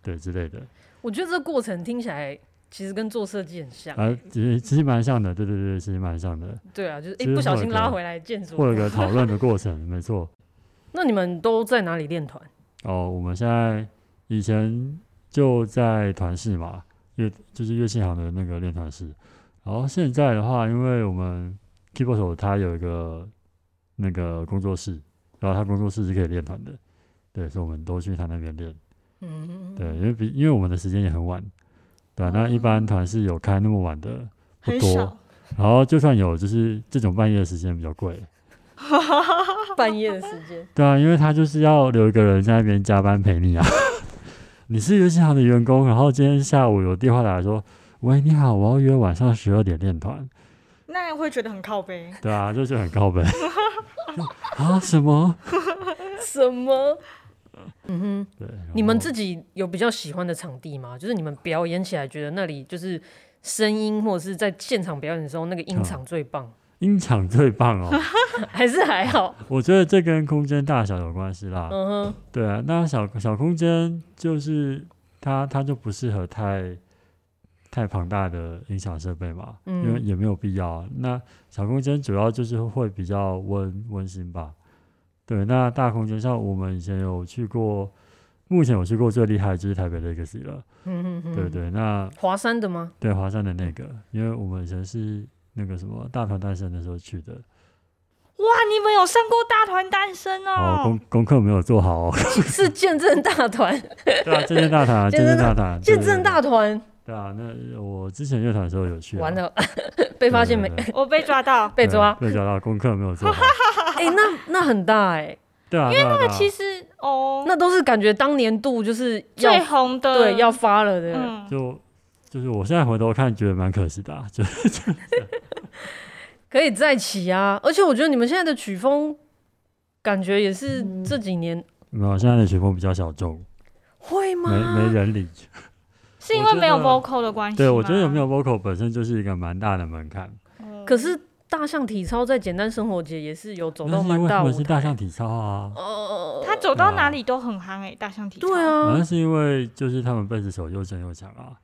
Speaker 3: 对之类的。
Speaker 2: 我觉得这过程听起来其实跟做设计很像。
Speaker 3: 啊，其实其实蛮像的，对对对，其实蛮像的，
Speaker 2: 对啊，就是
Speaker 3: 其
Speaker 2: 一、
Speaker 3: 实
Speaker 2: 不小
Speaker 3: 会有
Speaker 2: 心
Speaker 3: 个
Speaker 2: 拉回来建筑。
Speaker 3: 会有个讨论的过程，没错。
Speaker 2: 那你们都在哪里练团？
Speaker 3: 哦，我们现在以前就在团室嘛，乐就是乐器行的那个练团室。然后现在的话，因为我们 keyboard 手他有一个那个工作室，然后他工作室是可以练团的，对，所以我们都去他那边练。
Speaker 2: 嗯，
Speaker 3: 对，因为比因为我们的时间也很晚，对、啊，那一般团是有开那么晚的不
Speaker 1: 很
Speaker 3: 多
Speaker 1: 少，，
Speaker 3: 然后就算有，就是这种半夜的时间比较贵，
Speaker 2: 半夜的时间。
Speaker 3: 对啊，因为他就是要留一个人在那边加班陪你啊。 你是游戏行的员工，然后今天下午有电话来说，喂，你好，我要约晚上十二点练团，
Speaker 1: 那会觉得很靠背。
Speaker 3: 对啊，这就很高本 啊，什么？
Speaker 2: 什么？嗯哼，
Speaker 3: 对，然
Speaker 2: 你们
Speaker 3: 后
Speaker 2: 自己有比较喜欢的场地吗？就是你们表演起来觉得那里就是声音，或者是在现场表演的时候那个音场最棒，
Speaker 3: 音场最棒哦，
Speaker 2: 还是还好？
Speaker 3: 我觉得这跟空间大小有关系啦。
Speaker 2: 嗯哼，
Speaker 3: 对啊，那小小空间就是它，它就不适合太太庞大的音响设备嘛，因为
Speaker 2: 嗯
Speaker 3: 也没有必要啊、那小空间主要就是会比较温温馨吧。对，那大空间像我们以前有去过，目前有去过最厉害的就是台北 Legacy 了，
Speaker 2: 嗯哼哼，
Speaker 3: 对。对，那
Speaker 2: 华山的吗？
Speaker 3: 对华山的那个，因为我们以前是那个什么大团诞生的时候去的，
Speaker 1: 哇，你们有上过大团单身
Speaker 3: 哦，
Speaker 1: 哦
Speaker 3: 功？功课没有做好、哦，
Speaker 2: 是见证大团，
Speaker 3: 对啊，健身大团，健身大团，啊对
Speaker 2: 见证，大团，
Speaker 3: 对对对啊，那我之前乐团的时候有去、啊，
Speaker 2: 完了， 被发现没？
Speaker 3: 对对对
Speaker 1: 我被抓到。
Speaker 3: 啊
Speaker 2: 被抓。
Speaker 3: 对被抓到，功课没有做好。
Speaker 2: 哎，那那很大哎，
Speaker 3: 对啊，因为那个
Speaker 1: 其实哦，
Speaker 2: 那都是感觉当年度就是要
Speaker 1: 最红的
Speaker 2: 对要发了的。
Speaker 1: 嗯，
Speaker 3: 就就是我现在回头看，觉得蛮可惜的、啊，就
Speaker 2: 可以再起啊！而且我觉得你们现在的曲风，感觉也是
Speaker 1: 嗯
Speaker 2: 这几年、
Speaker 3: 没有现在的曲风比较小众，
Speaker 2: 会吗？
Speaker 3: 没没人理。
Speaker 1: 是因为没有
Speaker 3: 我觉得
Speaker 1: vocal 的关系吗。
Speaker 3: 对我觉得有没有 vocal 本身就是一个蛮大的门槛，
Speaker 1: 哦？
Speaker 2: 可是大象体操在简单生活节也是有走
Speaker 3: 那
Speaker 2: 到
Speaker 3: 是因
Speaker 2: 蛮
Speaker 3: 为
Speaker 2: 大
Speaker 3: 他
Speaker 2: 舞
Speaker 3: 们
Speaker 2: 台。
Speaker 3: 是大象体操啊，
Speaker 2: 呃，
Speaker 1: 他走到
Speaker 3: 哇
Speaker 1: 哪里都很夯哎、大象体操。
Speaker 2: 对，
Speaker 3: 好
Speaker 2: 啊
Speaker 3: 像，是因为就是他们贝斯手又正又强啊。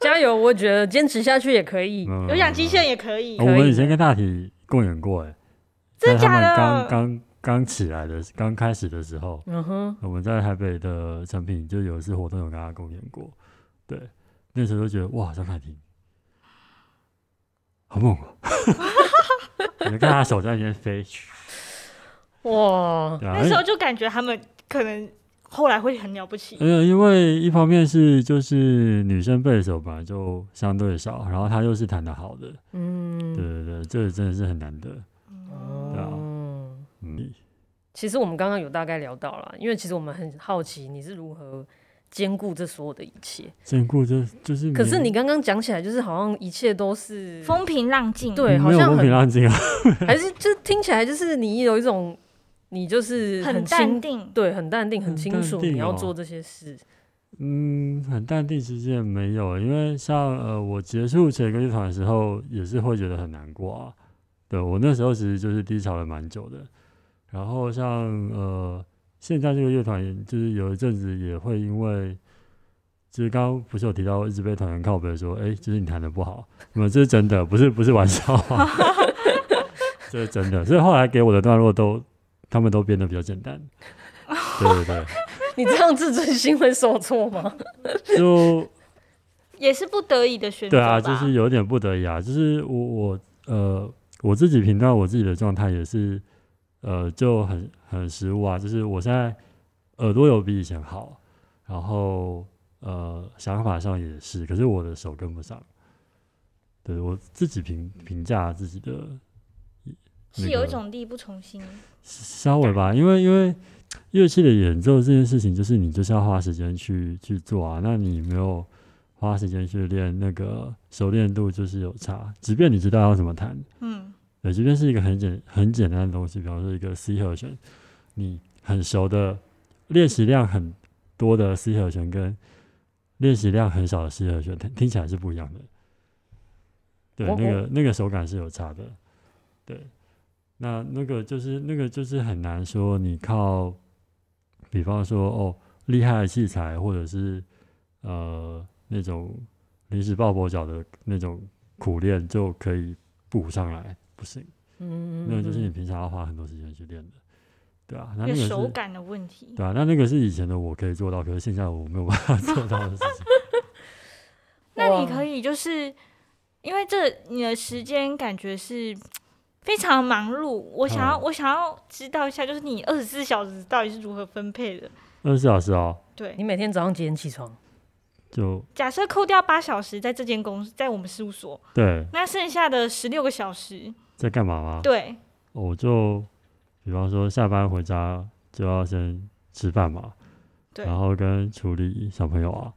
Speaker 2: 加油！我觉得坚持下去也可以。
Speaker 3: 嗯
Speaker 1: 有氧肌线也可以
Speaker 3: 我。们以前跟大体共演过、欸，哎，
Speaker 1: 真
Speaker 3: 在
Speaker 1: 的
Speaker 3: 他
Speaker 1: 假
Speaker 3: 们
Speaker 1: 的
Speaker 3: 刚刚刚起来的刚开始的时候，
Speaker 2: 嗯哼，
Speaker 3: 我们在台北的成品就有一次活动有跟他共演过，对，那时候就觉得哇，张凯婷好猛啊！ 你就看他手在那边飞，咻
Speaker 2: 哇，
Speaker 3: 对啊，
Speaker 1: 那时候就感觉他们可能后来会很了不起。
Speaker 3: 呃，因为一方面是就是女生贝手本来就相对少，然后她又是弹的好的，对
Speaker 2: 嗯，
Speaker 3: 对对，这真的是很难得。对啊
Speaker 2: 哦。
Speaker 3: 嗯，
Speaker 2: 其实我们刚刚有大概聊到了，因为其实我们很好奇你是如何兼顾这所有的一切。
Speaker 3: 兼顾就就是没，
Speaker 2: 可是你刚刚讲起来，就是好像一切都是，
Speaker 1: 风平浪静，
Speaker 2: 对好
Speaker 3: 没有
Speaker 2: 像
Speaker 3: 风
Speaker 2: 很
Speaker 3: 平浪静啊，
Speaker 2: 还是就听起来就是你有一种，你就是
Speaker 1: 很
Speaker 2: 清
Speaker 1: 淡，定。
Speaker 2: 对，很淡定，很
Speaker 3: 很
Speaker 2: 清
Speaker 3: 淡
Speaker 2: 楚
Speaker 3: 定
Speaker 2: 你要
Speaker 3: 哦
Speaker 2: 做这些事。
Speaker 3: 嗯，很淡定，其实也没有，欸因为像呃，我结束前一个乐团的时候，也是会觉得很难过啊。对我那时候其实就是低潮了蛮久的，然后像呃，现在这个乐团也就是有一阵子也会因为，就是刚刚不是有提到一直被团员靠背说，哎、就是你弹的不好，没有，这是真的，不是不是玩笑话， 这是真的。所以后来给我的段落都，他们都变得比较简单。对对对，
Speaker 2: 你这样自尊心会受挫 吗？
Speaker 3: 就。
Speaker 1: 也是不得已的选择
Speaker 3: 对
Speaker 1: 吧。
Speaker 3: 啊，就是有点不得已啊。就是我我呃我自己评断我自己的状态也是呃就很很失误啊。就是我现在耳朵有比以前好，然后呃想法上也是，可是我的手跟不上。对我自己评评价自己的
Speaker 1: 是
Speaker 3: 那
Speaker 1: 有一
Speaker 3: 个
Speaker 1: 种力不从心。
Speaker 3: 稍微吧，因为因为乐器的演奏这件事情，就是你就是要花时间去去做啊。那你没有花时间去练，那个熟练度就是有差。即便你知道要怎么弹，
Speaker 1: 嗯，
Speaker 3: 对，即便是一个很简很简单的东西，比方说一个 C 和弦，你很熟的练习量很多的 C 和弦跟练习量很少的 C 和弦，听听起来是不一样的。对，
Speaker 2: 我
Speaker 3: 那
Speaker 2: 我
Speaker 3: 个那个手感是有差的。对，那那个就是那个就是很难说，你靠，比方说哦厉害的器材，或者是呃那种临时抱佛脚的那种苦练就可以补上来，不行。
Speaker 2: 嗯，
Speaker 3: 那个就是你平常要花很多时间去练的，对啊，那
Speaker 1: 有
Speaker 3: 那个是
Speaker 1: 手感的问题。
Speaker 3: 对啊，那那个是以前的我可以做到，可是现在我没有办法做到的事 情。
Speaker 1: 那你可
Speaker 2: 以
Speaker 1: 以就是因为这你的时间感觉是非常忙碌，我想要、
Speaker 3: 嗯
Speaker 1: 我想要知道一下，就是你二十四小时到底是如何分配的？
Speaker 3: 二十四小时哦，
Speaker 1: 对
Speaker 2: 你，每天早上几点起 床？
Speaker 3: 就
Speaker 1: 假设扣掉八小时在这间公司，在我们事务所，
Speaker 3: 对，
Speaker 1: 那剩下的十六个小时，
Speaker 3: 在干嘛吗？
Speaker 1: 对，
Speaker 3: 我就比方说下班回家就要先吃饭嘛，
Speaker 1: 对
Speaker 3: 然后跟处理小朋友啊，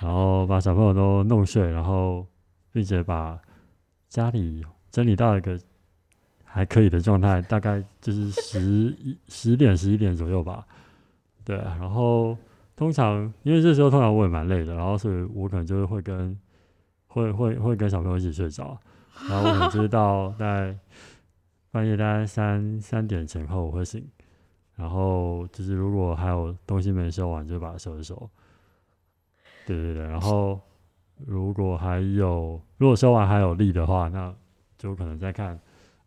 Speaker 3: 然后把小朋友都弄睡，然后并且把家里整理到一个还可以的状态，大概就是十一十点十一点左右吧。对，然后通常因为这时候通常我也蛮累的，然后所以我可能就是会跟会会会跟小朋友一起睡着，然后我可能就是到大概半夜大概三三点前后我会醒。然后就是如果还有东西没收完，就把它收一收。对对对，然后如果还有如果收完还有力的话，那就可能再看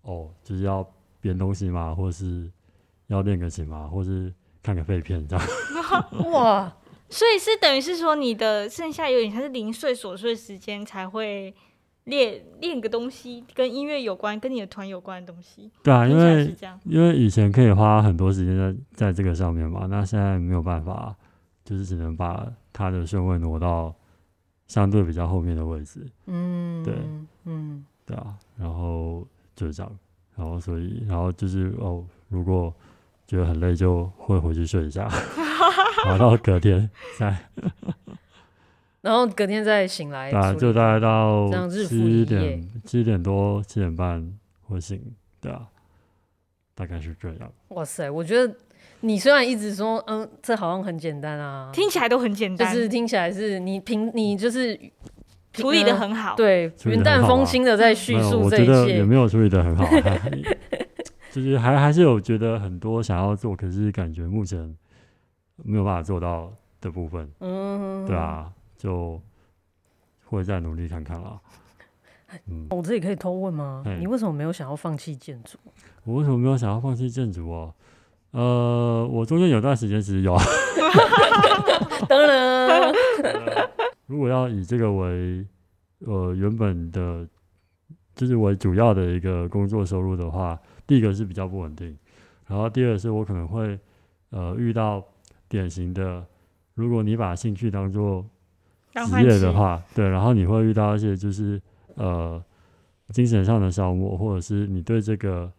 Speaker 3: 哦，就是要编东西嘛，或是要练个琴嘛，或是看个废片这样。
Speaker 2: 哇，
Speaker 1: 所以是等于是说你的剩下有点像是零碎琐碎时间才会练练个东西，跟音乐有关，跟你的团有关的东西，
Speaker 3: 对啊，因
Speaker 1: 听起来
Speaker 3: 为
Speaker 1: 是这样。
Speaker 3: 因为以前可以花很多时间在在这个上面嘛，那现在没有办法，就是只能把它的顺位挪到相对比较后面的位置。
Speaker 2: 嗯，
Speaker 3: 对，
Speaker 2: 嗯，
Speaker 3: 对啊，然后就是这样，然后所以，然后就是哦，如果觉得很累，就会回去睡一 下，然后到隔天再，
Speaker 2: 然后隔天再醒来
Speaker 3: 对
Speaker 2: 哎处理，
Speaker 3: 啊，就大概到
Speaker 2: 这样日复一
Speaker 3: 七
Speaker 2: 夜
Speaker 3: 点七点多七点半会醒，对啊，大概是这样。
Speaker 2: 哇塞，我觉得你虽然一直说，嗯，这好像很简单啊，
Speaker 1: 听起来都很简
Speaker 2: 就
Speaker 1: 单，
Speaker 2: 是听起来是你平你就是
Speaker 1: 处理的很好。
Speaker 2: 对，
Speaker 3: 处理
Speaker 2: 云
Speaker 3: 得很
Speaker 2: 淡
Speaker 3: 好
Speaker 2: 风
Speaker 3: 啊
Speaker 2: 轻的在
Speaker 3: 没
Speaker 2: 叙
Speaker 3: 有，
Speaker 2: 述
Speaker 3: 我
Speaker 2: 这
Speaker 3: 觉
Speaker 2: 一
Speaker 3: 得也
Speaker 2: 切。
Speaker 3: 没有处理的 很好，还就是还还是有觉得很多想要做，可是感觉目前没有办法做到的部分，
Speaker 2: 嗯，
Speaker 3: 对。啊，就会再努力看看啦。嗯，
Speaker 2: 我这里可以偷问吗？
Speaker 3: 嗯
Speaker 2: 你为什么没有想要放弃建筑？
Speaker 3: 我为什么没有想要放弃建筑哦？呃，我中间有段时间其实有啊，
Speaker 2: 当然，啊
Speaker 3: 如果要以这个为呃原本的，就是为主要的一个工作收入的话，第一个是比较不稳定，然后第二个是我可能会呃遇到典型的，如果你把兴趣当做
Speaker 1: 当
Speaker 3: 职
Speaker 1: 饭
Speaker 3: 业
Speaker 1: 吃
Speaker 3: 的，话，对，然后你会遇到一些就是呃精神上的消磨，或者是你对这个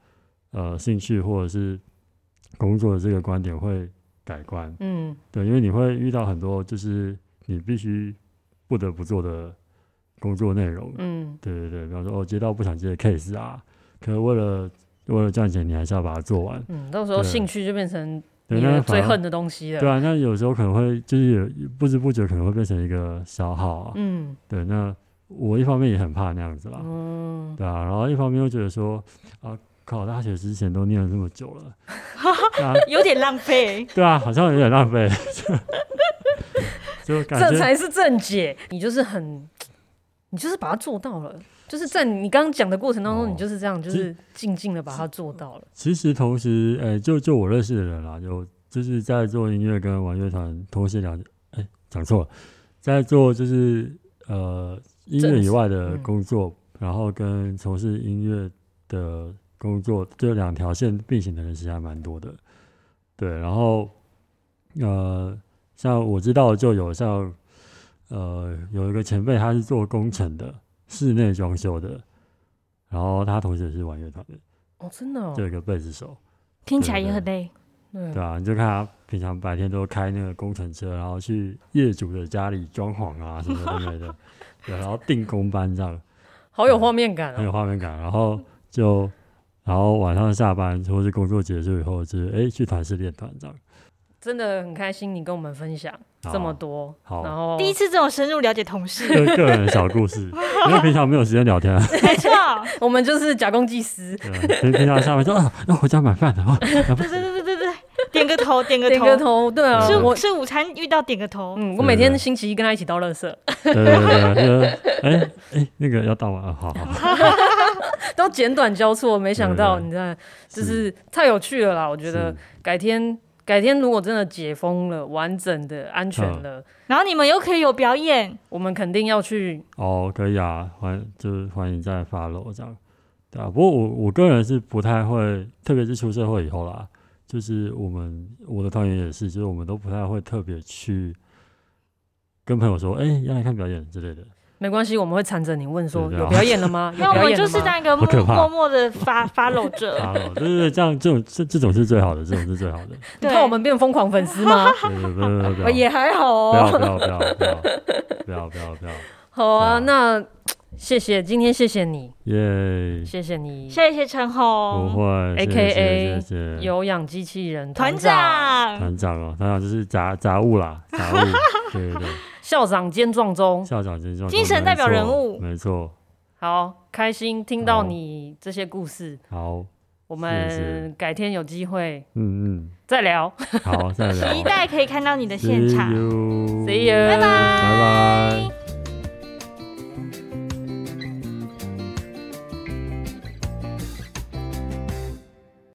Speaker 3: 呃兴趣或者是工作的这个观点会改观，
Speaker 2: 嗯，
Speaker 3: 对，因为你会遇到很多就是你必须不得不做的工作内容。
Speaker 2: 嗯，
Speaker 3: 对对对，比方说哦，接到不想接的 case 啊，可能为了为了赚钱，你还是要把它做完。
Speaker 2: 嗯，到时候
Speaker 3: 对
Speaker 2: 兴趣就变成
Speaker 3: 对，
Speaker 2: 你
Speaker 3: 那
Speaker 2: 的
Speaker 3: 反
Speaker 2: 最
Speaker 3: 而
Speaker 2: 恨的东西了。
Speaker 3: 对啊，那有时候可能会就是有不知不觉可能会变成一个消耗啊。
Speaker 2: 嗯
Speaker 3: 对，那我一方面也很怕那样子啦，
Speaker 2: 嗯，
Speaker 3: 对啊，然后一方面又觉得说啊，考大学之前都念了这么 久了，啊，
Speaker 1: 有点浪费。
Speaker 3: 对啊，好像有点浪费， 就感觉
Speaker 2: 这才是正解。你就是很，你就是把它做到了，就是在你刚刚讲的过程当中，
Speaker 3: 哦
Speaker 2: 你就是这样，就
Speaker 3: 其
Speaker 2: 是静静的把它做到了。
Speaker 3: 其实同时，呃、就就我认识的人啦，有就是在做音乐跟玩乐团同时两，哎、讲错了，在做就是呃音乐以外的
Speaker 2: 正职嗯
Speaker 3: 工作，然后跟从事音乐的工作这两条线并行的人其实还蛮多的，对，然后呃，像我知道就有像呃有一个前辈他是做工程的，室内装修的，然后他同时也是玩乐团的。
Speaker 2: 哦，真的哦，
Speaker 3: 就有一个贝斯手，
Speaker 1: 听起来也很累，
Speaker 2: 对
Speaker 3: 对啊，你就看他平常白天都开那个工程车，然后去业主的家里装潢啊什么之 类的，对，然后定工班这样，
Speaker 2: 好有画面感
Speaker 3: 很有
Speaker 2: 哦。
Speaker 3: 画面感。然后就，然后晚上下班或是工作结束以后，就是哎去团式练团这样。
Speaker 2: 真的很开心你跟我们分享
Speaker 3: 好
Speaker 2: 这么多，
Speaker 3: 好
Speaker 2: 然后
Speaker 1: 第一次这种深入了解同事，
Speaker 3: 个个人小故事，因为平常没有时间聊天、啊，
Speaker 1: 没 错，
Speaker 2: 我们就是假公济私，
Speaker 3: 对平平常下班说啊要回家买饭了，啊要不
Speaker 1: 对对对对对对，点个头， 点个
Speaker 2: 点
Speaker 1: 头，
Speaker 2: 个头，对啊，
Speaker 1: 吃
Speaker 3: 是
Speaker 2: 我
Speaker 1: 午吃午餐遇到点个头，
Speaker 2: 嗯，我每天
Speaker 3: 对
Speaker 2: 星期一跟他一起倒垃圾，
Speaker 3: 对对对对，就是哎哎那个要到晚，啊好好好，
Speaker 2: 都简短交错，没想到
Speaker 3: 对对
Speaker 2: 你看， 就是太有趣了啦！我觉得
Speaker 3: 是
Speaker 2: 改天改天如果真的解封了，完整的、安全了，
Speaker 1: 然后你们又可以有表演，
Speaker 2: 我们肯定要去。
Speaker 3: 哦，可以啊，欢就是欢迎再发楼这样，对啊。不过我我个人是不太会，特别是出社会以后啦，就是我们我的团员也是，就是我们都不太会特别去跟朋友说，哎、要来看表演之类的。
Speaker 2: 没关系，我们会缠着你问说
Speaker 3: 对对啊
Speaker 2: 有表演了吗？有
Speaker 1: 那我
Speaker 2: 表
Speaker 1: 们
Speaker 2: 演
Speaker 1: 就
Speaker 2: 了
Speaker 1: 是
Speaker 2: 吗？
Speaker 1: 那个
Speaker 3: 好
Speaker 1: 默
Speaker 3: 可怕啊
Speaker 1: 默默的发 follow 着，
Speaker 3: 发楼，对对对，这样这种这这种是最好的，这种是最好的。
Speaker 2: 你
Speaker 1: 对，
Speaker 2: 怕我们变疯狂粉丝吗？
Speaker 3: 对对对
Speaker 2: 哦
Speaker 3: 对对，啊
Speaker 2: 也还好
Speaker 3: 不要
Speaker 2: 哦。
Speaker 3: 不要不要不要不要不要不要不要，
Speaker 2: 好啊，
Speaker 3: 嗯
Speaker 2: 那谢谢，今天谢谢你，
Speaker 3: 耶！
Speaker 2: 谢谢你，
Speaker 1: 谢谢陈
Speaker 3: 不
Speaker 1: 红
Speaker 3: 会谢谢谢
Speaker 2: AKA
Speaker 3: 谢谢
Speaker 2: 有氧机器人
Speaker 1: 团
Speaker 2: 长、
Speaker 1: 长，
Speaker 3: 团长哦，团长就是杂杂物啦，杂物，对对对。
Speaker 2: 校长兼壮中。
Speaker 3: 校长精神
Speaker 1: 哦精神代表人物
Speaker 3: 没错。
Speaker 2: 好开心听到
Speaker 3: 好
Speaker 2: 你这些故事。
Speaker 3: 好，
Speaker 2: 我
Speaker 3: 是
Speaker 2: 们改天有机会
Speaker 3: 嗯
Speaker 2: 再聊。
Speaker 3: 嗯，好，再聊。
Speaker 1: 期待可以看到你的现
Speaker 3: See
Speaker 1: 场，
Speaker 3: you
Speaker 2: See you，
Speaker 1: 拜
Speaker 2: 拜
Speaker 3: 拜拜。